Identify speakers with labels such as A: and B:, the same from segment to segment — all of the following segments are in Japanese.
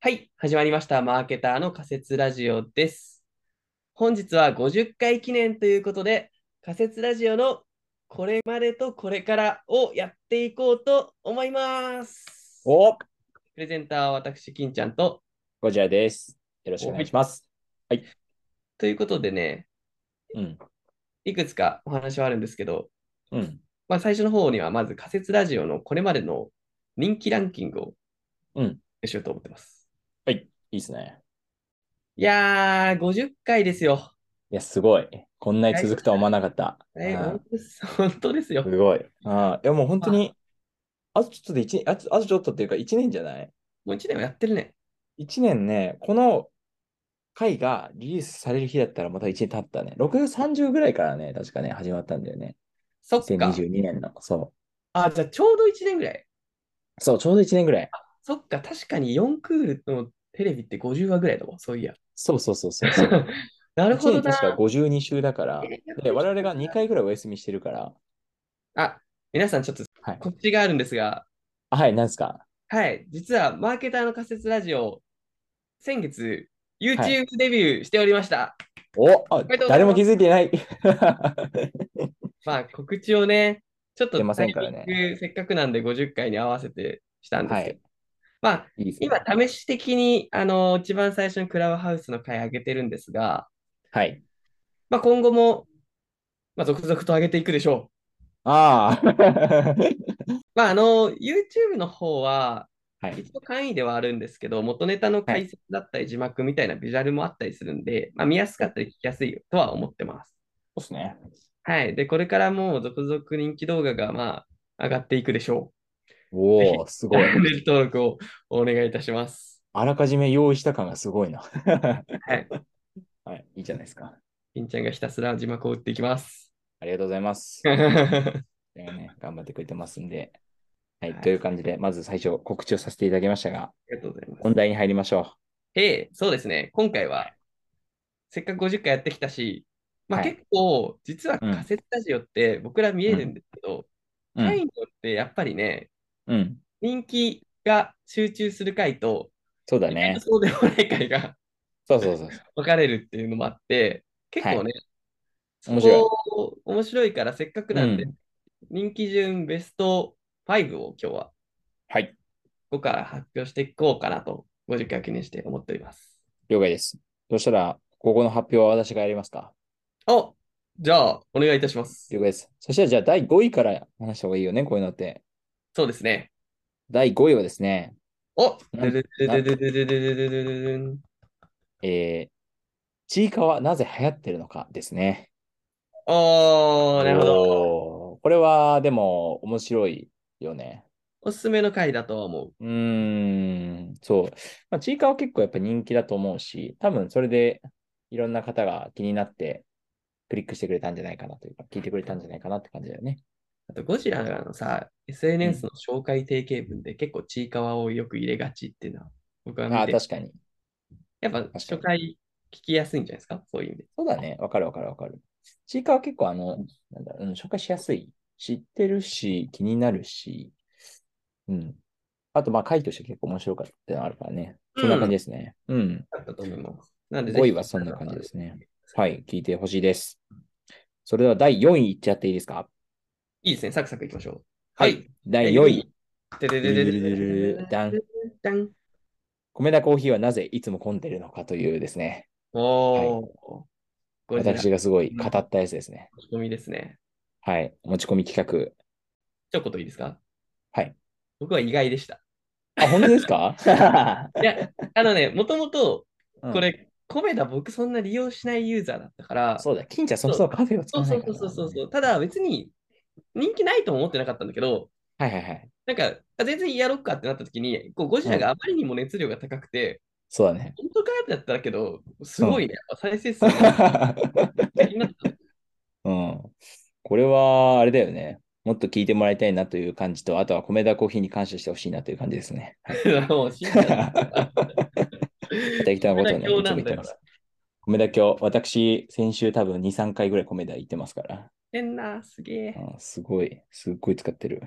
A: はい、始まりました。マーケターの仮説ラジオです。本日は50回記念ということで、仮説ラジオのこれまでとこれからをやっていこうと思います。
B: おプ
A: レゼンターは私、金ちゃんと、
B: ゴジラです。よろしくお願いします。はい。
A: ということでね、
B: うん。
A: いくつかお話はあるんですけど、
B: うん。
A: まあ、最初の方には、まず仮説ラジオのこれまでの人気ランキングを、
B: うん。
A: しようと思ってます。
B: はい、いいですね。
A: いやー、50回ですよ。
B: いや、すごい。こんなに続くとは思わなかった。
A: えー、本当です。本当ですよ。
B: すごい。あいや、もう本当に、あとちょっとで1あと、あとちょっとっていうか1年じゃない
A: もう1年はやってるね。
B: ?1 年ね、この回がリリースされる日だったらまた1年経ったね。6月30ぐらいからね、確かね、始まったんだよね。
A: そっか。
B: 2022年の、そう。
A: あ、じゃあちょうど1年ぐらい。
B: そう、ちょうど1年ぐらい。
A: そっか、確かに4クールのテレビって50話ぐらいだもん、そういや。
B: そうそうそうそう,そう。
A: なるほどな。
B: 確か52週だから、で、我々が2回ぐらいお休みしてるから。
A: あ、皆さんちょっと、
B: はい、
A: こっちがあるんですが。
B: あはい、なんですか
A: はい、実はマーケターの仮説ラジオ、先月、YouTube デビューしておりました。
B: はい、おあ誰も気づいてない。
A: まあ、告知をね、ちょっと
B: 出ませんからね。
A: せっかくなんで50回に合わせてしたんですけど。はいまあ、
B: いいね、
A: 今、試し的に、あのー、一番最初にクラブハウスの回上げてるんですが、
B: はい。
A: まあ、今後も、まあ、続々と上げていくでしょ
B: う。あ
A: まあ、あのー、YouTube の方は、
B: はい、
A: 一応簡易ではあるんですけど、元ネタの解説だったり、字幕みたいなビジュアルもあったりするんで、はい、まあ、見やすかったり聞きやすいとは思ってます。
B: そうですね。
A: はい。で、これからも続々人気動画が、まあ、上がっていくでしょう。
B: おお、すごい。
A: チャンネル登録をお願いいたします。
B: あらかじめ用意した感がすごいな。
A: はい。
B: はい、いいじゃないですか。
A: りんちゃんがひたすら字幕を打っていきます。
B: ありがとうございます。ね、頑張ってくれてますんで。はい、はい、という感じで、まず最初告知をさせていただきましたが、
A: ありがとうございます。
B: 本題に入りまし
A: う。
B: ょ
A: ええ、そうですね。今回は、せっかく50回やってきたし、まあ、結構、はい、実は仮説ラジオって僕ら見えるんですけど、
B: うん、
A: 社員によってやっぱりね、
B: うん、
A: 人気が集中する回と、
B: そうだね。
A: そうでもない回が
B: そうそうそう。
A: 分かれるっていうのもあって、結構ね、
B: はい、面白い。
A: 面白いからせっかくなんで、うん、人気順ベスト5を今日は、
B: はい。
A: 5から発表していこうかなと、50回記念して思っております。
B: 了解です。そしたら、ここの発表は私がやりますか
A: あじゃあ、お願いいたします。
B: 了解です。そしたら、じゃあ、第5位から話した方がいいよね、こういうのって。
A: そうですね。
B: 第5位はですね。
A: おえ
B: ー、ちいかわなぜ流行ってるのかですね。
A: おー、なるほ
B: ど。これはでも面白いよね。
A: おすすめの回だと思
B: う。うーん、そう。まあ、ちいかわ結構やっぱ人気だと思うし、多分それでいろんな方が気になってクリックしてくれたんじゃないかなというか、聞いてくれたんじゃないかなって感じだよね。
A: あと、ゴジラのさ、SNS の紹介定型文で結構ちいかわをよく入れがちっていうのは、僕は見て
B: あ確かに。
A: やっぱ初回聞きやすいんじゃないですかそういう意味で。
B: そうだね。わかるわかるわかる。ちいかわ結構あの、なんだろう、うん、紹介しやすい。知ってるし、気になるし、うん。あと、まあ、回として結構面白かったってのあるからね。そんな感じですね。うん。
A: だったと思います。なんで、
B: 5位はそんな感じですね。はい、聞いてほしいです。それでは第4位いっちゃっていいですか
A: いいですね、サクサクいきましょう。
B: はい、はい、第4位。
A: でででででで
B: ダン。米田コーヒーはなぜいつも混んでるのかというですね。
A: お
B: ー、はい、私がすごい語ったやつですね。
A: 持ち込みですね。
B: はい、持ち込み企画。
A: ちょこといいですか
B: はい。
A: 僕は意外でした。
B: あ、本当ですか
A: いや、あのね、もともと、これ、うんコメダ僕そんな利用しないユーザーだったから。
B: そうだ、金ちゃんそもそもカフェを使
A: わないから、ね、そうそうそうそう。ただ別に人気ないとも思ってなかったんだけど、
B: はいはいはい。
A: なんか全然やろっかってなった時に、こうゴジラがあまりにも熱量が高くて、うん、
B: そうだ ね。
A: 本当かってなったけど、すごいね。うん、再生数が
B: うん。これはあれだよね。もっと聞いてもらいたいなという感じと、あとは米田コーヒーに感謝してほしいなという感じですね。
A: も う信じ
B: 適当なことをね、いつも言ってます。米田教、私、先週多分2、3回ぐらい米田行ってますから。
A: 変な、すげえ、
B: うん、すごい、すっごい使ってる。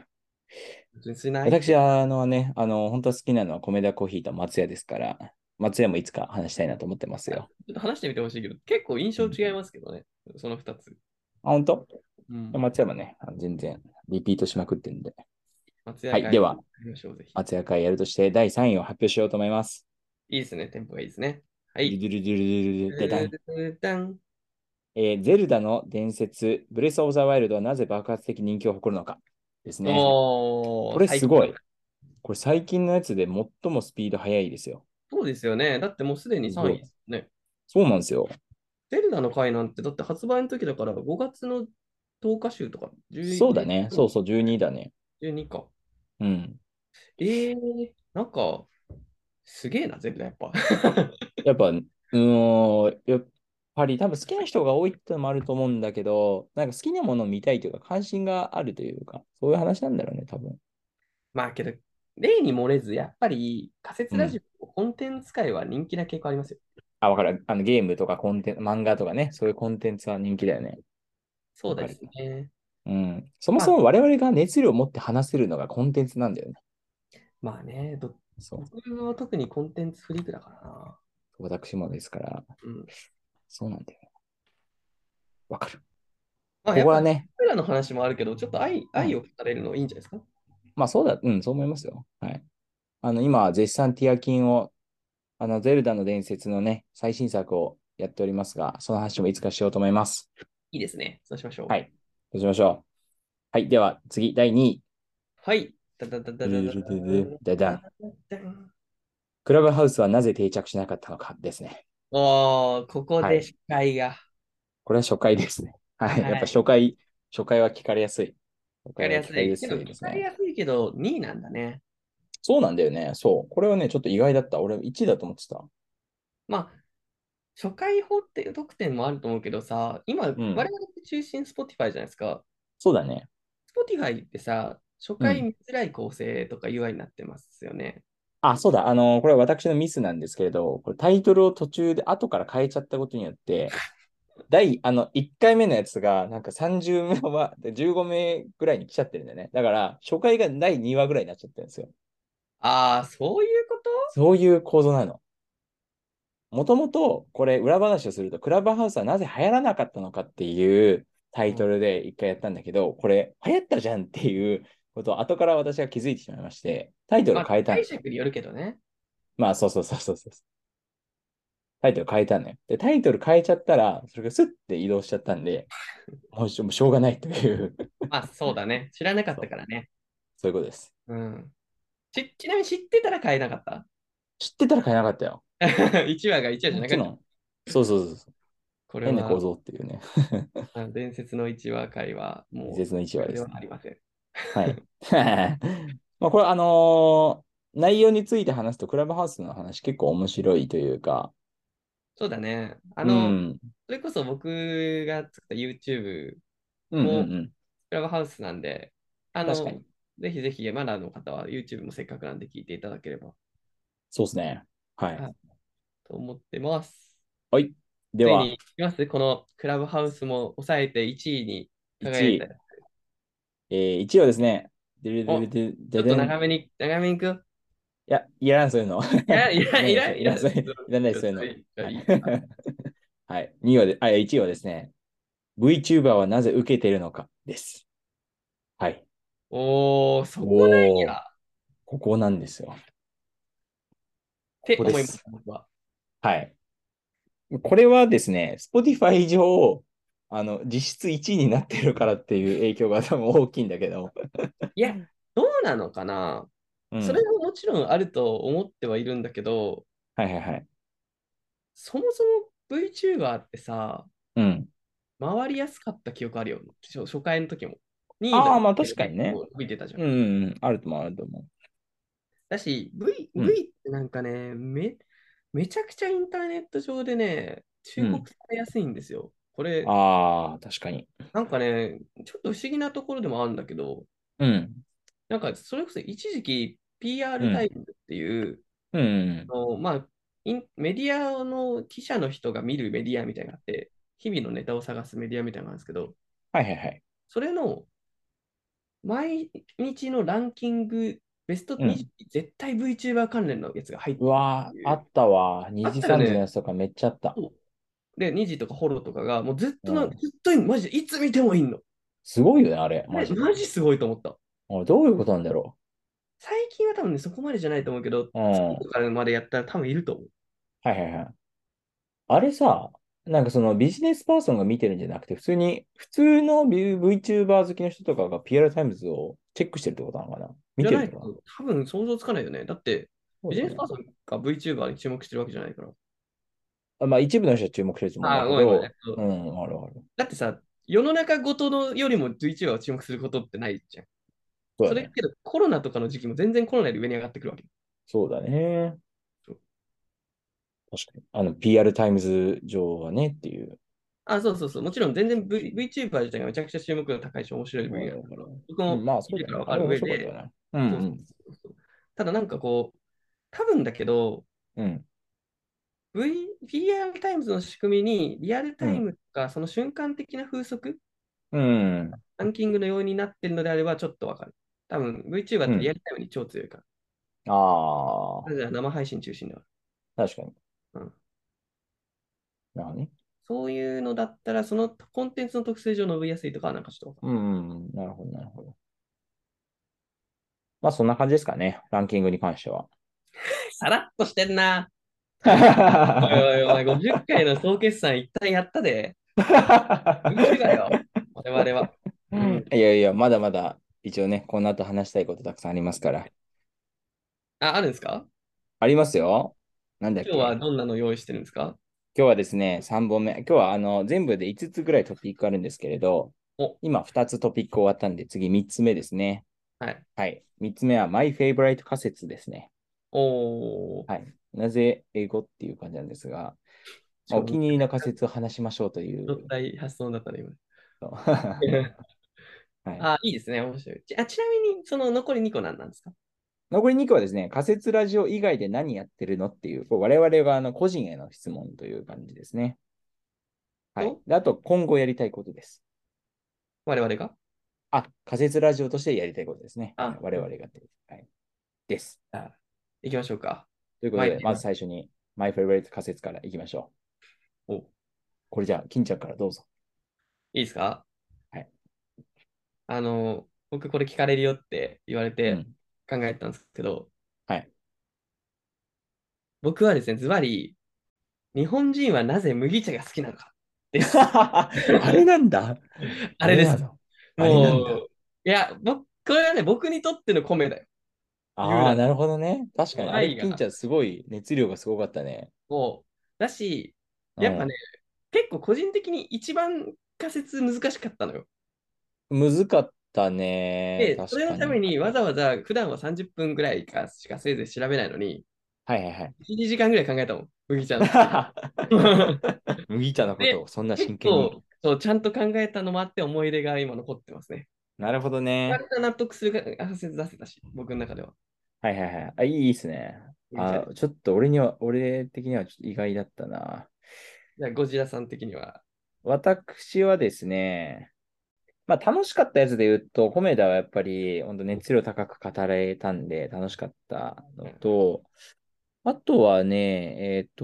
A: 純粋な愛
B: 私、あのね、あの、本当は好きなのは米田コーヒーと松屋ですから、松屋もいつか話したいなと思ってますよ。
A: ちょっと話してみてほしいけど、結構印象違いますけどね、その2つ。
B: あ、本当
A: うん
B: 松屋もね、あの全然リピートしまくってるんで、
A: 松屋
B: はい
A: 会
B: で
A: や
B: は
A: りましょうぜひ
B: 松屋会やるとして第3位を発表しようと思います。
A: いいですね、テンポがいいですね。は
B: ド
A: い。
B: ゥルドゥルドゥルドゥルドゥルダン
A: ダン
B: えーゼルダの伝説、ブレス・オブ・ザ・ワイルドはなぜ爆発的人気を誇るのかですね。
A: おー
B: これすごい
A: 最高。
B: これ最近のやつで最もスピード速いですよ。
A: そうですよね。だってもうすでに3位ですね。
B: そうなんですよ。
A: ゼルダの回なんて、だって発売の時だから5月の10日週とか、11
B: そうだね。そうそう、12だね。
A: 12か。
B: うん。
A: えー、なんか、すげえな、ゼルダやっぱ。
B: やっぱ、うーん、やっぱり多分好きな人が多いってのもあると思うんだけど、なんか好きなものを見たいというか、関心があるというか、そういう話なんだろうね、多分。
A: まあけど、例に漏れず、やっぱり仮説ラジオ、コンテンツ界は人気な傾向ありますよ。
B: あ、わかる。あのゲームとかコンテンツ、漫画とかね、そういうコンテンツは人気だよね。
A: そうですね。
B: うん。そもそも我々が熱量を持って話せるのがコンテンツなんだよね。
A: まあね、ど
B: そう。
A: 僕は特にコンテンツフリークだからな。
B: 私もですから、
A: うん。
B: そうなんだよね。わかる。
A: まあ、
B: こ
A: やっ
B: こ
A: ぱ
B: は
A: り
B: ね、
A: 僕らの話もあるけど、ちょっと愛愛を語れるのいいんじゃないですか。
B: まあそうだ、うん、そう思いますよ。はい。あの、今、絶賛ティアキンを、あの、ゼルダの伝説のね、最新作をやっておりますが、その話もいつかしようと思います。
A: いいですね。そうしましょう。
B: はいそうしましょう。はい、では次、第2位。
A: はい。だだだだだだだ
B: ダダン
A: だん
B: クラブハウスはなぜ定着しなかったのかですね。
A: おー、ここ
B: は
A: で
B: い
A: 司会が。
B: これは初回ですね。 はい、
A: はい
B: やっぱ初回、初回は聞かれやすい。初
A: わかりやすい。
B: 聞
A: け
B: か
A: ど、
B: れやすいで
A: 聞
B: す
A: かり
B: ね。
A: やすいけど、2位なんだね。
B: そうなんだよね。そう。これはね、ちょっと意外だった。俺1位だと思ってた。
A: まあ、初回法っていう特典もあると思うけどさ、今、我々って中心 Spotify じゃないですか。
B: そうだね。
A: Spotify ってさ、初回見づらい構成とか UI になってますよね。
B: あ、そうだ。あの、これは私のミスなんですけれど、これタイトルを途中で後から変えちゃったことによって、 第、あの、1回目のやつが、なんか30名は、で15名ぐらいに来ちゃってるんだよね。だから、初回が第2話ぐらいになっちゃってるんですよ。
A: ああ、そういうこと
B: そういう構造なの。もともと、これ、裏話をすると、クラブハウスはなぜ流行らなかったのかっていうタイトルで一回やったんだけど、これ、流行ったじゃんっていうことを後から私が気づいてしまいまして、タイトル
A: ま
B: を
A: あ
B: 変えたんで
A: 解
B: すよ。
A: 釈によるけどね。
B: まあ、そうそうそうそうそう。タイトル変えたのよ。で、タイトル変えちゃったら、それがスッて移動しちゃったんで、もうしょもうしょうがないという、
A: まあ、そうだ ね。知らなかったからね。
B: そういうことです。
A: うん。ち、ちなみに知ってたら買えなかった。
B: 知ってたら変えなかったよ。
A: 1話が1話じゃ
B: も
A: なか
B: ちろ
A: った。
B: ん。そうそうそうそう。
A: これ
B: 変な構
A: は
B: 造っていうね。
A: あの伝説の1話会はも
B: 伝
A: う
B: 説の一話で
A: ですは
B: ね
A: あ。りません。
B: はい。 まあこれ、あのー内容について話すと、クラブハウスの話結構面白いというか、
A: そうだね。あ
B: あ
A: の、
B: うん、
A: それこそ僕が作った YouTube、
B: うん、うんうん、
A: クラブハウスなんで、あの、
B: 確かに
A: ぜひぜひ、マナーの方は YouTube もせっかくなんで聞いていただければ
B: そうですね。はい。
A: はいと思ってます。
B: では
A: つい、にいきますこのクラブハウスも抑えて1位に輝
B: 1
A: い
B: 位
A: た。。
B: えー、1位はですね、でるで
A: お
B: るでる
A: ちょ
B: で
A: っと
B: るん
A: 長めに、長めにいくよ。
B: いや、いらん、そういうの。
A: いらん、 いらん、いらん、
B: いらんそういういらないそういうのはい はい。2位はで、あ、1位はですね、VTuber はなぜ受けてるのかです。はい。
A: おお、そこなん
B: おー
A: や。
B: ここなんですよ。
A: って
B: ここ
A: 思
B: で
A: い
B: す
A: ます、僕は。
B: はい。これはですね、Spotify 上、あの、実質1位になってるからっていう影響が多分大きいんだけど、
A: いや、どうなのかな、
B: うん
A: それももちろんあると思ってはいるんだけど、
B: はいはいはい。
A: そもそも VTuber ってさ、
B: うん。
A: 回りやすかった記憶あるよ。初初回の時も。に
B: あーまあ確かにね。
A: 見てたじゃん。
B: うんうんうん、あるともあると思う。
A: だし、V,
B: うん
A: v ってなんかね、め、めちゃくちゃインターネット上でね、注目されやすいんですよ。これ、
B: ああ、確かに。
A: なんかね、ちょっと不思議なところでもあるんだけど、
B: うん。
A: なんかそれこそ一時期
B: う
A: PR
B: ん
A: タイムっていう、
B: うんうん。
A: あのまあ、インメディアの記者の人が見るメディアみたいなのがあって、日々のネタを探すメディアみたいなのがあるんですけど、
B: はいはいはい。
A: それの毎日のランキング、ベスト
B: うん
A: 20に絶対 VTuber 関連のやつが入って
B: うわーあったわ。二次
A: あったよ
B: 三
A: ね
B: 次のやつとかめっちゃあった。
A: で、2時とかホロとかが、もうずっとな、
B: うん
A: ずっといんのマジで、いつ見てもいいの。
B: すごいよね、あれ。
A: マ
B: マ
A: ジ
B: ジで。
A: マジすごいと思った。
B: あどういうことなんだろ
A: 最近は多分ね、そこまでじゃないと思うけど、
B: う。うん。
A: とかまでやったら多分いると思う。
B: はいはいはい。あれさ、なんかそのビジネスパーソンが見てるんじゃなくて、普通に、普通の V- VTuber 好きの人とかが PR タイムズをチェックしてるってことなのかな見て
A: じ
B: る
A: ゃな
B: っ
A: い
B: てこと
A: と多分想像つかないよね。だって、
B: そう
A: ビ
B: だ
A: ジネ
B: よね
A: スパーソンが VTuber に注目してるわけじゃないから。
B: あまあ一部の人は注目してると思うんだ
A: あ
B: け
A: ごめんごめん
B: ど、
A: えっと
B: うん、あるある。
A: だってさ、世の中ごとのよりも VTuber を注目することってないじゃん。
B: そう
A: そ
B: だ
A: れ
B: ね。
A: けど、コロナとかの時期も全然コロナより上に上がってくるわけ。
B: そうだね
A: そう。
B: 確かに。あの、PR タイムズ上はねっていう。
A: あ、そうそうそう。もちろん全然 v VTuber 自体がめちゃくちゃ注目度高いし、面白い分野だから。僕
B: う
A: も
B: ん、まあそう
A: 見
B: だ
A: てから
B: ね
A: 分。
B: あ
A: か
B: れ
A: る上
B: 面白かった
A: で。
B: よね。う
A: そ
B: ん
A: うそうそうただなんかこう、多分だけど、
B: うん。うん。
A: v、VR タイムズの仕組みにリアルタイムとか、その瞬間的な風速、
B: うん。
A: ランキングのようになってるのであればちょっとわかる。多分 VTuber ってリアルタイムに超強いから。
B: ああ
A: な、ぜなら生配信中心だから。
B: 確かに。
A: うん
B: なるほどね。
A: そういうのだったら、そのコンテンツの特性上伸びやすいとかはなんかちょっとわかる。
B: うん、なるほど、なるほど。まあ、そんな感じですかね、ランキングに関しては。
A: さらっとしてんな。おい
B: は
A: おいおい、50回の総決算一旦やったで。無理だ よ。我々は。うん
B: いやいや、まだまだ、一応ね、この後話したいことたくさんありますから。
A: あ、あるんですか
B: ありますよ。なんだっけ
A: 今日はどんなの用意してるんですか
B: 今日はですね、3本目。今日はあの全部で5つぐらいトピックあるんですけれど
A: お、
B: 今2つトピック終わったんで、次3つ目ですね。
A: はい。
B: はい。3つ目は、マイフェイブライト仮説ですね。
A: おー。
B: はい。なぜ英語っていう感じなんですが、まあお気に入りの仮説を話しましょうという。
A: 状態発想だったね、今。
B: はい、
A: あ、いいですね、面白い。ちあちなみに、その残り2個何なんですか
B: 残り2個はですね、仮説ラジオ以外で何やってるのっていう、こう我々があの個人への質問という感じですね。はい
A: お。
B: であと、今後やりたいことです。
A: 我々が
B: あ、仮説ラジオとしてやりたいことですね。
A: あ
B: はい我々がって、はい。です。
A: 行きましょうか。
B: ということで、
A: はい
B: まず最初に、マイフェイブレイト仮説からいきましょう。
A: おい
B: これじゃあ、金ちゃんからどうぞ。
A: いですか
B: はい。
A: あの、僕これ聞かれるよって言われ
B: う
A: て
B: ん
A: 考えたんですけど、
B: はい。
A: 僕はですね、ズバリ、日本人はなぜ麦茶が好きなのか。
B: あれなんだ。
A: あれです
B: な。のあれなん
A: も
B: だ
A: う、いや、僕、これはね、僕にとっての米だよ。
B: ああ、なるほどね。確かに。あれ、
A: 愛が
B: 金ちゃんすごい熱量がすごかったね。
A: もう、だし、やっぱね、結構個人的に一番仮説難しかったのよ。
B: うん。むずかったね。
A: で、
B: 確
A: それのた
B: か
A: めにわざわざ普段は30分ぐらいかしかせいぜい調べないのに、
B: はいはいはい。
A: 1、2時間ぐらい考えたもん、麦茶の。
B: 麦茶のことをそんな 真
A: 結
B: 剣に。
A: 構そう、ちゃんと考えたのもあって思い出が今残ってますね。
B: なるほどね。
A: 納得する仮説出せたし、僕の中では。
B: はいはいはい。あ、いいですね。
A: 麦茶
B: あ
A: で、
B: ちょっと俺には、俺的にはちょっと意外だったな。
A: じゃあゴジラさん的には。
B: 私はですね、まあ楽しかったやつで言うと、コメダはやっぱり本当熱量高く語れたんで楽しかったのと、あとはね、えっ、と、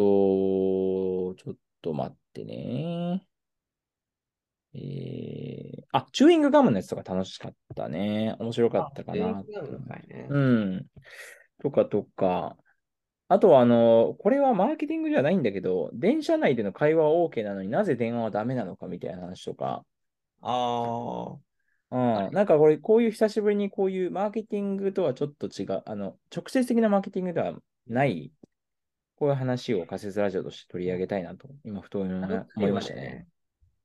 B: ちょっと待ってね。えー、あ、チューイングガムのやつとか楽しかったね。面白かったかな。
A: 全員違うのかいね
B: うん。とかとか。あとは、あの、これはマーケティングじゃないんだけど、電車内での会話は OK なのになぜ電話はダメなのかみたいな話とか。
A: ああ。
B: うん。なんかこれ、こういう久しぶりにこういうマーケティングとはちょっと違う、あの、直接的なマーケティングではない、こういう話を仮説ラジオとして取り上げたいなと、今、ふと思い
A: あの
B: ま思
A: 回
B: い
A: は
B: ましたね。
A: ね、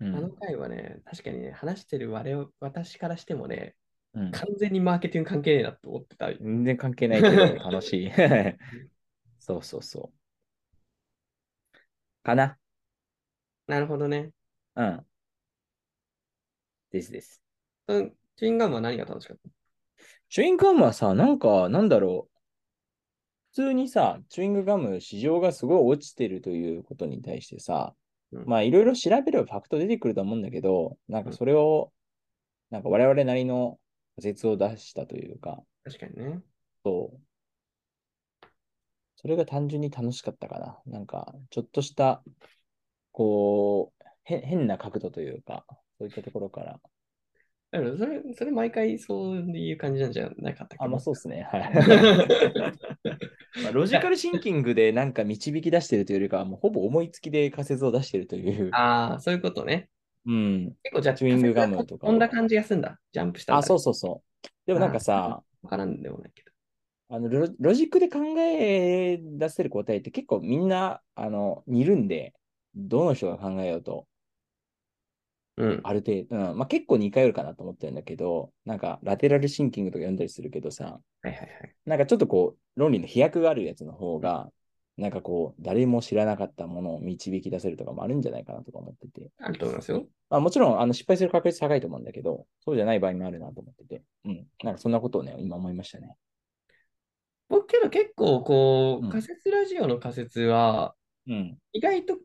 B: う
A: あの
B: ん。
A: 回はね、確かにね、話してる我々私からしてもね、
B: うん
A: 完全にマーケティング関係ねえなと思ってた。
B: 全然関係ないけど、楽しい。 そうそうそう。かな。
A: なるほどね。
B: うん。ですです。
A: うんチューインガムは何が楽しかった
B: チューイングガムはさ、なんか、なんだろう。普通にさ、チューイングガム市場がすごい落ちてるということに対してさ、
A: うん
B: まあいろいろ調べればファクト出てくると思うんだけど、なんかそれを、なんか我々なりの仮説を出したというか、
A: 確かにね。
B: そう。それが単純に楽しかったかな。なんか、ちょっとした、こう、へ変な角度というか、そういったところから。
A: だからそれ、それ毎回そういう感じなんじゃなかったっけ
B: あ、まあそううですね。 はい。まあロジカルシンキングでなんか導き出してるというよりかは、もうほぼ思いつきで仮説を出してるという。
A: ああ、そういうことね。
B: うん。
A: 結構じゃあ、
B: チューイングガムとか
A: こんな感じがするんだ。ジャンプした
B: あ、そう
A: う。
B: そうそう。でもなんかさ、
A: わからんでもないけど。
B: あのロロジックで考え出せる答えって結構みんな、あの、似るんで、どの人が考えようと。
A: うん。
B: ある程度、うんまあ、結構似通るかなと思ってるんだけど、なんかラテラルシンキングとか読んだりするけどさ、
A: はいはいはい。
B: なんかちょっとこう、論理の飛躍があるやつの方が、なんかこう、誰も知らなかったものを導き出せるとかもあるんじゃないかなとか思ってて、
A: あると思いますよ。
B: まあ、もちろんあの失敗する確率高いと思うんだけど、そうじゃない場合もあるなと思ってて、うん、なんかそんなことをね、今思いましたね。
A: 僕けど結構、こ
B: う
A: う、
B: ん
A: 仮説ラジオの仮説は、
B: うん。
A: 意外と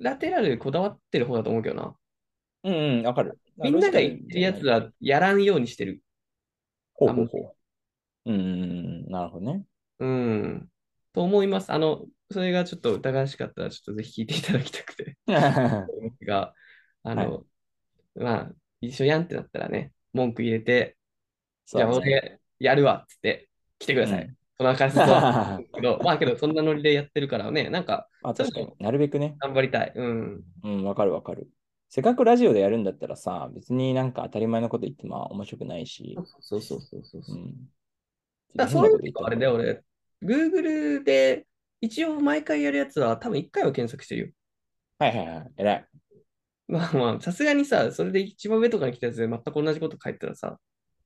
A: ラテラルこだわってる方だと思うけどな。
B: うんうん、わかる。
A: みんなが言ってるやつはやらんようにしてる。
B: ほうほうほう。うんうんうん、なるほど ね。
A: うん。と思います。あの、それがちょっと疑わしかったら、ちょっとぜひ聞いていただきたく て。僕が、あの、まあ、一緒やんってなったらね、文句入れて、
B: そ
A: じゃあ
B: うだね
A: 俺やるわっつって、来てください。
B: うん
A: その解説は。けど、まあけど、そんなノリでやってるからね、なんか
B: あ、確かになるべくね。
A: 頑張りたい。うん。
B: うん、わかるわかる。せっかくラジオでやるんだったらさ、別になんか当たり前のこと言っても面白くないし、
A: そうそうそうそう
B: う
A: そう。
B: ん。
A: だからそ
B: 変
A: うい
B: な
A: う
B: こ
A: の
B: と言って
A: と
B: も
A: あれだよ、俺、Google で一応毎回やるやつは多分1回は検索してるよ。
B: はいはいはい、偉い。
A: まあまあ、さすがにさ、それで一番上とかに来たやつで全く同じこと書いてたらさ、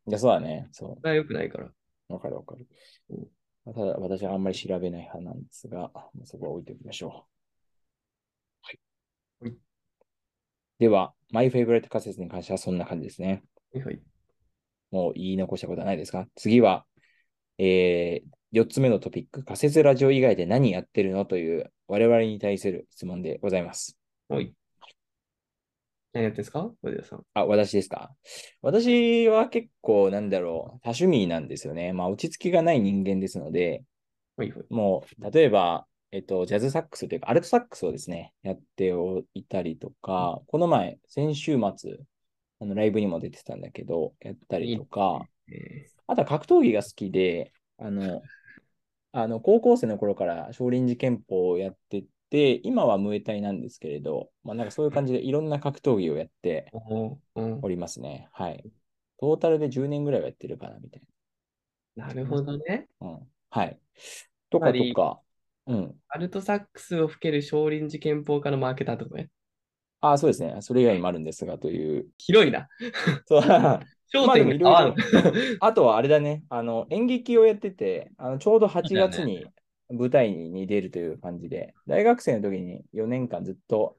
B: いや、そうだね。そ
A: それは良くないから。
B: う、わかるわかる
A: うん。
B: ただ、私はあんまり調べない派なんですが、そこは置いておきましょう。
A: はい
B: では、マイフェイブレット仮説に関してはそんな感じですね。
A: はいはい。
B: もう言い残したことはないですか次は、えー、4つ目のトピック、仮説ラジオ以外で何やってるのという我々に対する質問でございます。
A: おい。何やってんですか小田さん。
B: あ、私ですか私は結構、なんだろう、多趣味なんですよね。まあ、落ち着きがない人間ですので、
A: ほいほい。
B: もう、例えば、えっと、ジャズサックスというか、アルトサックスをですね、やっておいたりとか、この前、先週末、あのライブにも出てたんだけど、やったりとか、
A: えー
B: あとは格闘技が好きで、あの、あの高校生の頃から少林寺拳法をやってて、今はムエタイなんですけれど、まあなんかそういう感じでいろんな格闘技をやって
A: おーうん
B: おりますね。はい。トータルで10年ぐらいはやってるかな、みたい
A: なるほどね。
B: な。うん。はい。とかとか、うん。
A: アルトサックスを吹ける少林寺拳法家のマーケターとかね。
B: ああ、そうですね。それ以外にもあるんですが、という。
A: 広いな。
B: そう。あ
A: 焦点が合わん。
B: と はあれだね。あの、演劇をやってて、あのちょうど8月に舞台に出るという感じで、大学生の時に4年間ずっと、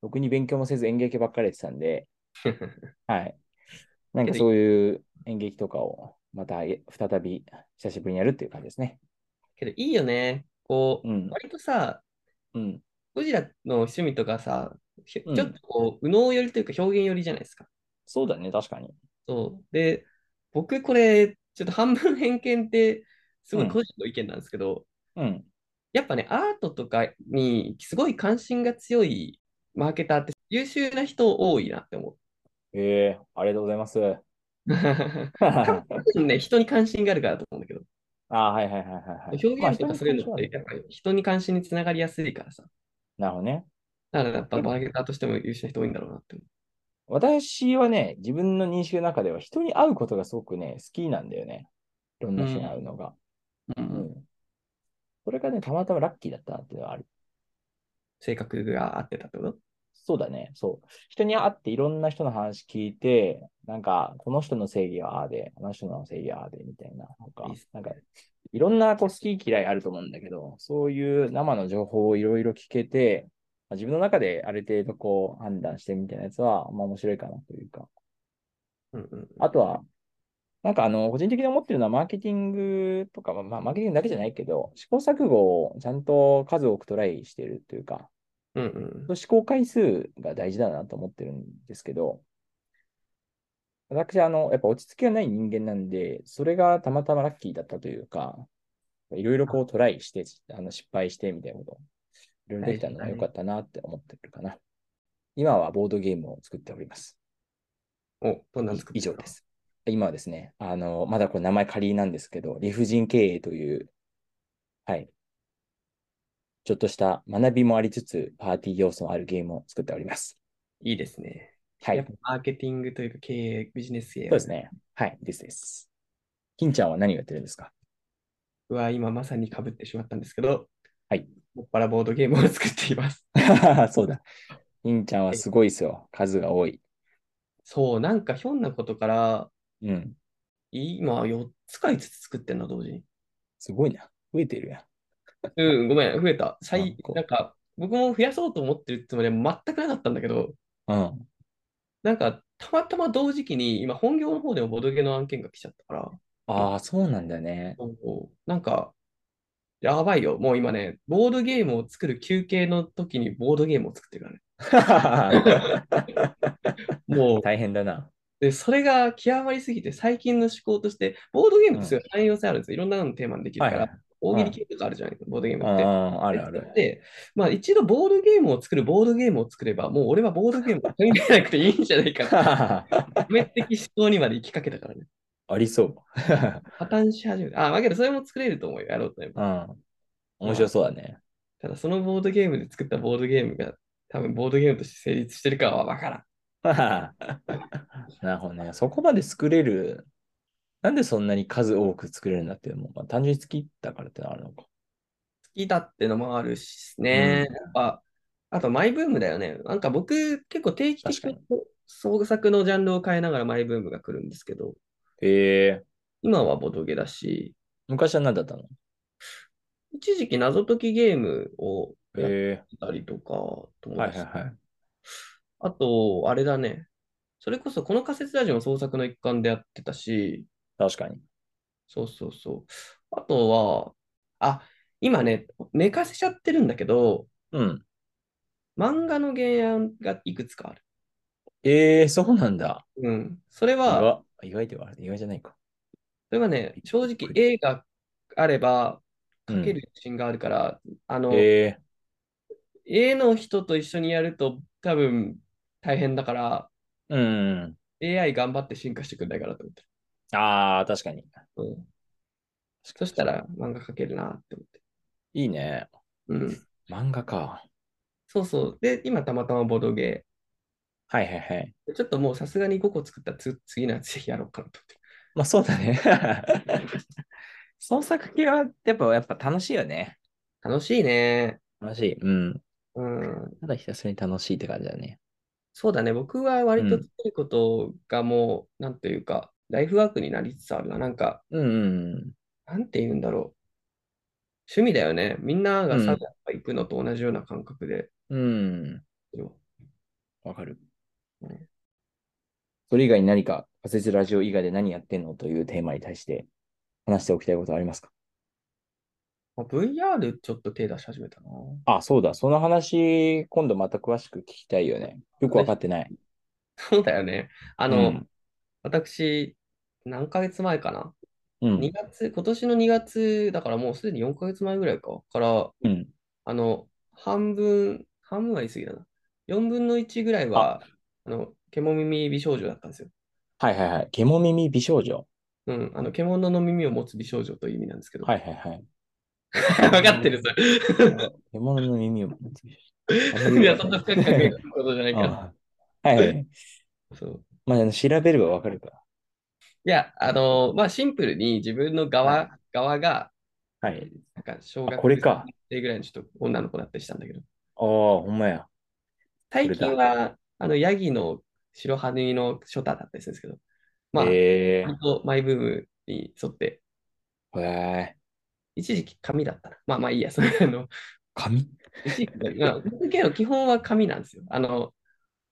B: ろくに勉強もせず演劇ばっかりやってた んで、はい。なんかそういう演劇とかを、またえ再び久しぶりにやるっていう感じですね。
A: けどいいよね。こう、
B: うん。
A: 割とさ、
B: うん。
A: ゴジラの趣味とかさ、ひ
B: うん
A: ちょっとこう、右脳寄りというか表現寄りじゃないですか。
B: そうだね、確かに。
A: そう。で、僕これ、ちょっと半分偏見って、すご
B: う
A: い
B: ん
A: 個人の意見なんですけど、
B: うん。
A: やっぱね、アートとかにすごい関心が強いマーケターって優秀な人多いなって思う。
B: ええありがとうございます。
A: 多
B: あ
A: 分ね、人に関心があるからだと思うんだけど、
B: あ、はいはいはいはい、はい。
A: 表現とかそういうのっ
B: まあ人に関心はあ
A: て
B: る、
A: やっぱり人に関心につながりやすいからさ。
B: なるほどね。
A: だからやっぱマーケターとしても優秀な人多いんだろうなって思う。
B: 私はね、自分の認識の中では人に会うことがすごくね、好きなんだよね。いろんな人に会うのが。
A: う
B: うん
A: うん、
B: んそれがね、たまたまラッキーだったなっていうのはある。
A: 性格が合ってたってこと
B: そうだね、そう。人に会っていろんな人の話聞いて、なんか、この人の正義はああで、あの人の正義はああで、みたいな、とか
A: いいっす、
B: な
A: ね
B: んか、いろんなこう好き嫌いあると思うんだけど、そういう生の情報をいろいろ聞けて、まあ自分の中である程度こう判断してみたいなやつは、まあ面白いかなというか。
A: うんうんうん。
B: あとは、なんかあの、個人的に思ってるのは、マーケティングとか、まあまあ、マーケティングだけじゃないけど、試行錯誤をちゃんと数多くトライしてるというか、
A: うんうん。
B: 試行回数が大事だなと思ってるんですけど、私、あの、やっぱ落ち着きがない人間なんで、それがたまたまラッキーだったというか、いろいろこうトライして、あの失敗してみたいなこと、いろいろできたのが
A: はい
B: 良かったなって思ってるかな。今はボードゲームを作っております。
A: お、どんなの作って
B: 以
A: る
B: 上です。今はですね、あの、まだこれ名前仮なんですけど、理不尽経営という、はい。ちょっとした学びもありつつ、パーティー要素のあるゲームを作っております。
A: いいですね。
B: はい。
A: やっぱマーケティングというか経営、ビジネス経営
B: そ
A: を
B: うですね。はい。ですです。金ちゃんは何をやってるんですか
A: 僕は今まさにかぶってしまったんですけど、
B: はい。
A: もっぱらボードゲームを作っています。
B: そうだ。金ちゃんはすごいですよ。数が多い。
A: そう、なんかひょんなことから、
B: うん。
A: 今4つか5つ作ってんの、同時に。
B: すごいな。増えてるやん。
A: うん、ごめん、増えた。最
B: あこう
A: なんか、僕も増やそうと思ってるつもりは全くなかったんだけど、
B: うん。
A: なんか、たまたま同時期に、今、本業の方でもボドゲの案件が来ちゃったから、
B: ああ、そうなんだね。
A: おうおうなんか、やばいよ。もう今ね、ボードゲームを作る休憩の時にボードゲームを作ってるからね。もう、
B: 大変だな。
A: で、それが極まりすぎて、最近の思考として、ボードゲームってすごい汎用性あるんですよ。いろんなのテーマにできるから、大喜利系とかあるじゃないですか、ボードゲーム
B: あ
A: って。
B: あ、あるある。
A: で、まあ、一度ボードゲームを作る、ボードゲームを作れば、もう俺はボードゲームを考えなくていいんじゃない かな。表面的思考にまで行きかけたからね。
B: ありそう。
A: 破綻し始めた。あ、だけどそれも作れると思うよ、やろうと思えば。
B: うん。面白そうだ ね。
A: ただ、そのボードゲームで作ったボードゲームが、多分ボードゲームとして成立してるかはわからん。
B: なるほどね。そこまで作れる。なんでそんなに数多く作れるんだっていうのも、まあ、単純に好きだからってのはあるのか。
A: 好きだってのもあるしね。
B: うん
A: やっぱ、あとマイブームだよね。なんか僕、結構定期的に
B: 確
A: 創作のジャンルを変えながらマイブームが来るんですけど、
B: へえ。
A: 今はボドゲだし、
B: 昔は何だったの
A: 一時期謎解きゲームをやっ
B: え。
A: たりとか、友
B: はい
A: 達
B: はいはい。
A: あと、あれだね。それこそこの仮説ラジオも創作の一環でやってたし、
B: 確かに。
A: そうそうそう。あとは、あ、今ね、寝かせちゃってるんだけど、
B: うん。
A: 漫画の原案がいくつかある。
B: ええ、そうなんだ。
A: うん。それ
B: 意
A: は、
B: 外意外ではある意外じゃないか。
A: それはね、正直絵があれば
B: うん
A: 描ける自信があるから、あの、
B: ええ。
A: 絵の人と一緒にやると多分大変だから、
B: うん。
A: AI 頑張って進化してくんないかなと思って
B: ああ、確かに。
A: る。うん、そしたら漫画描けるなって
B: いいね。
A: 思って。うん。
B: 漫画か。
A: そうそう。で、今たまたまボードゲ
B: はいはいはい。
A: ー。ちょっともうさすがに5個作ったらつ次のやつぜひやろうかなと思ってる。
B: まあそうだね。 創作系はやっぱやっぱ楽しいよね。
A: 楽しいね。
B: 楽しい。うん。
A: うん。
B: ただひたすらに楽しいって感じだね。
A: そうだね。僕は割と
B: うん
A: 作ることがもう、なんというか、ライフワークになりつつあるな。なんか、
B: うんうん
A: なんて言うんだろう。趣味だよね。みんなが
B: うん
A: サウナとか行くのと同じような感覚で。
B: うん。うん。わかる
A: うん。
B: それ以外に何か、仮説ラジオ以外で何やってんのというテーマに対して話しておきたいことはありますか
A: まあ VR ちょっと手出し始めたな。
B: あ、そうだ。その話、今度また詳しく聞きたいよね。よくわかってない。
A: そうだよね。あ
B: あ
A: の、私、何ヶ月前かな。
B: うん
A: 2。月、今年の2月、だからもうすでに4ヶ月前ぐらいか。から、
B: うん。
A: あの、半分、半分は言い過ぎだな。4分の1ぐらいは、あの、獣耳美少女だったんですよ。
B: はいはいはい。獣耳美少女。
A: うん、あの、獣の耳を持つ美少女という意味なんですけど。
B: はいはいはい。
A: 分かってる、それ。
B: 獣の耳を持つ美少女。
A: いや、そんな深く考えることじゃないから。
B: あはいはい。
A: そう
B: まあ、あの調べればわかるか
A: いや、あのまあ、シンプルに自分の側、
B: はい
A: 側が、
B: ら。はい。
A: なんか、小
B: あ
A: 学
B: これか
A: 生ぐらいのちょっと女の子だったりしたんだけど、
B: ああ、ほんまや。
A: 最
B: れだ
A: 近は、あの、ヤギの白羽のショタだったりするんですけど、まあ、
B: ええ
A: 本当マイブームに沿って、
B: ー。へえ。
A: 一時期紙だったな。まあまあいいや、それあの、
B: 紙
A: 一時期、まあ、僕けど基本は紙なんですよ。あの、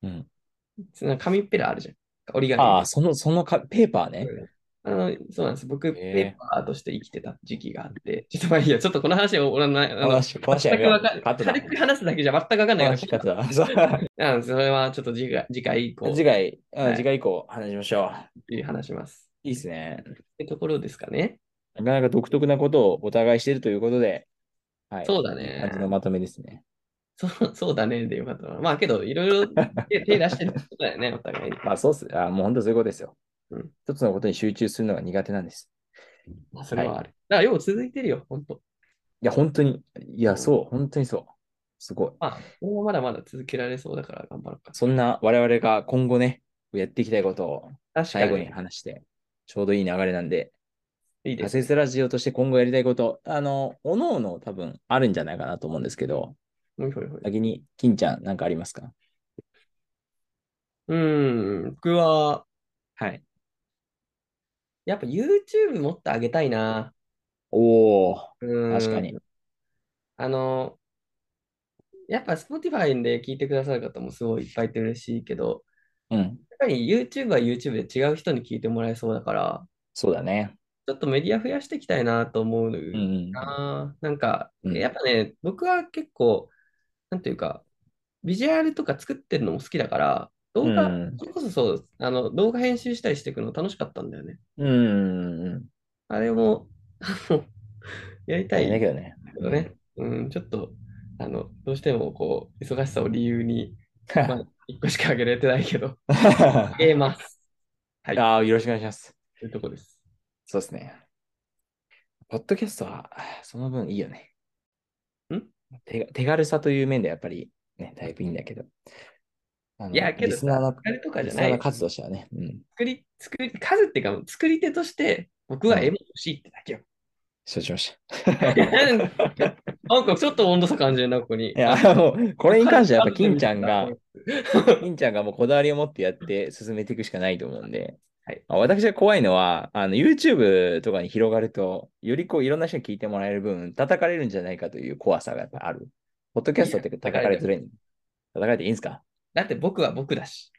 B: うん。
A: その紙っぺらあるじゃん。折り紙。
B: ああ、その、そのか、ペーパーね。
A: あの、そうなんです。僕、
B: えー
A: ペーパーとして生きてた時期があって、ちょっとまあいいや、ちょっとこの話を、俺の、あの、
B: 話、話や
A: 全く
B: めよ
A: わ
B: う。
A: か
B: カットだ
A: 軽。く話すだけじゃ全くわかんないから
B: 話カットだ。そう
A: うん、それはちょっと次回、次回以降、
B: 次回、
A: は
B: うん
A: い
B: 次回以降話しましょう。
A: 話します。
B: いいですね。
A: ってところですかね。
B: なかなか独特なことをお互いしてるということで、はい。
A: そうだ
B: いい
A: ね
B: 感。じのまとめですね。
A: そうそうだね。でよかったな。まあけど、いろいろ 手手出してることだよね、お互いに。
B: まあ、そうっす。あもう本当そういうことですよ。
A: うん
B: 一つのことに集中するのが苦手なんです。
A: まあそれはある。だから、よう続いてるよ、本当。
B: いや、本当に。いや、そう、本当にそう。すごい。
A: まあ、これもまだまだ続けられそうだから頑張ろうか。
B: そんな我々が今後ね、やっていきたいことを
A: 確か
B: 最後に
A: に。
B: 話して、ちょうどいい流れなんで、
A: いいで
B: 仮
A: す。
B: 説ラジオとして今後やりたいこと、あの、おのおの多分あるんじゃないかなと思うんですけど、
A: ほいほいほい。
B: 先に、金ちゃん、なんかありますか
A: うーん、僕は、
B: はい。
A: やっぱ YouTube もっと上げたいな。
B: おお、
A: うーん。
B: 確かに。
A: あの、やっぱ Spotify で聞いてくださる方もすごいいっぱいいて嬉しいけど、
B: うん、
A: やっぱり YouTube は YouTube で違う人に聞いてもらえそうだから、
B: そうだね。
A: ちょっとメディア増やしていきたいなと思う
B: うんうん。
A: な。なんか、
B: うん
A: やっぱね、僕は結構、なんていうか、ビジュアルとか作ってるのも好きだから、動画、
B: うん
A: それこそそう、あの、動画編集したりしていくの楽しかったんだよね。
B: うんうん。
A: あれも、あのやりたい
B: 大変だ
A: け
B: けどね。
A: どね。うん、ちょっと、あの、どうしてもこう、忙しさを理由に、まあ、1個しかあげれてないけど、あげます。はい
B: ああ、よろしくお願いします。
A: というとこです。
B: そうですね。ポッドキャストは、その分いいよね。
A: ん
B: 手手軽さという面でやっぱり、ね、だいぶいいんだけど。あの
A: いやけど
B: リスナーの、
A: あれとかじ
B: リ
A: ゃ
B: スナ
A: な
B: ー
A: い
B: の。活動者はね。うん。
A: 作り、作り、数っていうか、作り手として、僕は
B: うん
A: 絵も欲しいってだけよ。
B: 承知しまし
A: なんかちょっと温度差感じるな、ここに。
B: た。いや、もう、これに関してはやっぱ金ちゃんが、
A: は
B: 金ちゃんがもうこだわりを持ってやって進めていくしかないと思うんで、
A: はい
B: まあ私が怖いのは、あの YouTube とかに広がると、よりこういろんな人に聞いてもらえる分、叩かれるんじゃないかという怖さがある。ポッドキャストって
A: いや
B: 叩かれづらいの。叩かれていいんですか
A: だって僕は僕だし。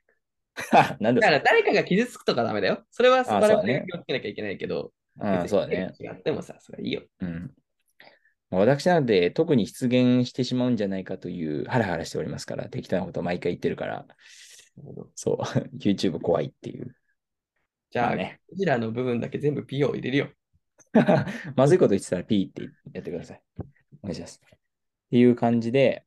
B: 何で
A: だか
B: すから
A: 誰かが傷つくとかダメだよ。それは
B: あ
A: 我
B: そう
A: 々
B: だ
A: が
B: ね
A: 気をつけなきゃいけないけど、
B: うん、そうだね。。
A: やってもさ、それはいいよ。
B: うん。まあ私なので、特に出現してしまうんじゃないかという、ハラハラしておりますから、適当なこと毎回言ってるから、そう、YouTube 怖いっていう。
A: じゃ
B: ま
A: あ、
B: あ
A: こ
B: ね
A: ちらの部分だけ全部 P を入れるよ。
B: まずいこと言ってたらピーってやってください。お願いします。っていう感じで、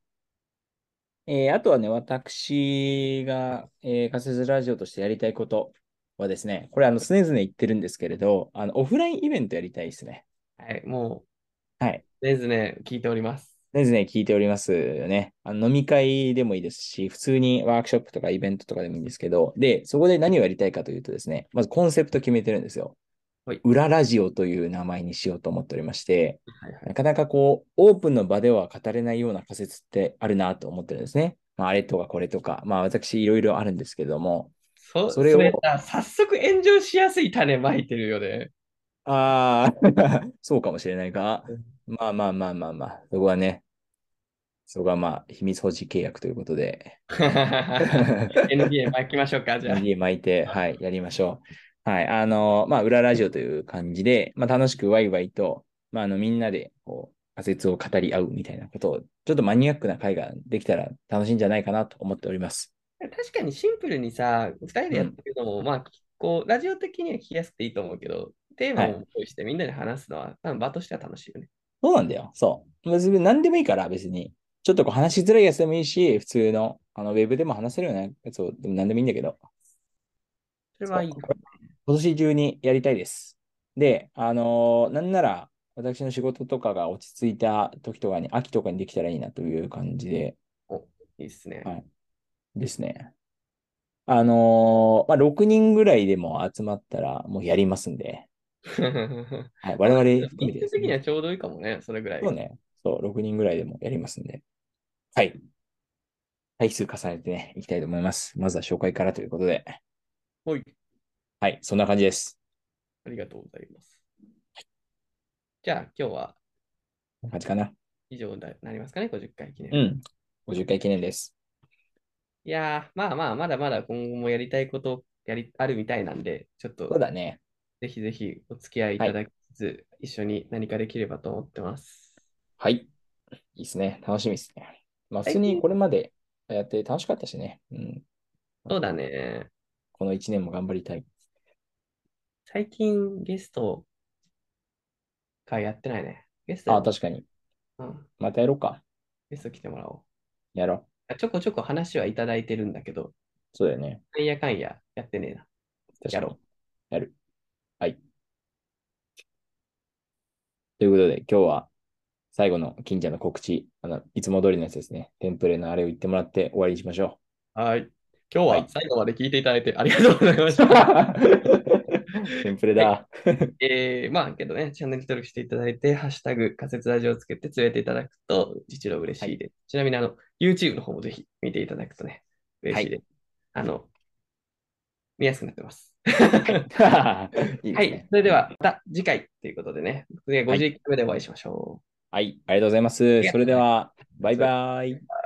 B: えーあとはね、私が、えー、仮説ラジオとしてやりたいことはですね、これ、あの、常々言ってるんですけれど、あの、オフラインイベントやりたいですね。
A: はい、もう、
B: はい。
A: ですね、聞いております。
B: 常々聞いておりますよね。あの飲み会でもいいですし、普通にワークショップとかイベントとかでもいいんですけど、で、そこで何をやりたいかというとですね、まずコンセプト決めてるんですよ
A: はい。
B: 裏ラジオという名前にしようと思っておりまして、
A: はいはい。
B: なかなかこう、オープンの場では語れないような仮説ってあるなと思ってるんですね。まあ、あれとかこれとか、まあ私いろいろあるんですけども、
A: そ
B: それを
A: さ早速炎上しやすい種まいてるよ ね。
B: ああ、 そうかもしれないが
A: うん、
B: まあまあまあまあまあ、そこはね、そこはまあ秘密保持契約ということで、
A: NBA 巻きましょう か、じゃあ。
B: 家巻いて、はい、やりましょう。はい、あの、まあ裏ラジオという感じで、まあ楽しくワイワイと、まああのみんなでこう、仮説を語り合うみたいなことを、ちょっとマニアックな会ができたら楽しいんじゃないかなと思っております。
A: 確かにシンプルにさ、2人でやってるのも、まあ、こう、ラジオ的には聞きやすくていいと思うけど、テーマを用意してみんなで話すのは、多分場としては楽しいよね。
B: そうなんだよ。そう。別に何でもいいから、別に。ちょっとこう話しづらいやつでもいいし、普通のあのウェブでも話せるようなやつをでも何でもいいんだけど、
A: それはいい
B: そう。今年中にやりたいです。で、あのーなんなら私の仕事とかが落ち着いた時とかに、秋とかにできたらいいなという感じで
A: いいっすね。
B: はいですね。あのーまあ、6人ぐらいでも集まったらもうやりますんで、はい、我々
A: 人
B: 含めてで
A: 数
B: す
A: 的には
B: ね。
A: ちょうどいいかもね、それぐらい
B: そう。ね。そう、6人ぐらいでもやりますんで。はい。回数重ねてね、いきたいと思います。まずは紹介からということで。
A: はい。
B: はい、そんな感じです。
A: ありがとうございます。じゃあ、今日は
B: こんな感じかな。
A: 以上になりますかね、50回記念。
B: う
A: い
B: ん。50回記念です。
A: やー、まあまあ、まだまだ今後もやりたいことやりあるみたいなんで、ちょっと
B: そうだね。
A: ぜひぜひお付き合いいただきつつ、一緒に何かできればと思ってます。
B: はい。いいですね。楽しみですね。まあ、
A: は
B: 普
A: い
B: 通にこれまでやって楽しかったしね。うん。
A: そうだね。
B: この1年も頑張りたい。
A: 最近ゲスト会やってないね。ゲスト
B: あ、確かに。
A: うん、
B: またやろうか。
A: ゲスト来てもらおう
B: やろう。
A: あ。ちょこちょこ話はいただいてるんだけど、
B: そうだよね。
A: なんやかんややってねえな。
B: 確か
A: や
B: に
A: ろう。
B: やる。はい。ということで、今日は最後の金ちゃんの告知、あの、いつも通りのやつですね。テンプレのあれを言ってもらって終わりにしましょ
A: はい。今日
B: は
A: は最後まで聞いていただいてありがとうござい まし
B: う
A: た。。
B: テンプレだ。
A: えー、まあ、けどね、チャンネル登録していただいて、ハッシュタグ仮説ラジオをつけてつぶやいていただくと、一度嬉しいです。ちなみに、あの、YouTube の方もぜひ見ていただくとね、嬉しいです。あの、見やすくなってます。
B: いいで
A: は
B: す
A: い
B: ね。。
A: それでは、また次回ということでね、次は51回目でお会いしましょう。
B: はい、ありがとうございます。それでは、バイバイ。
A: はい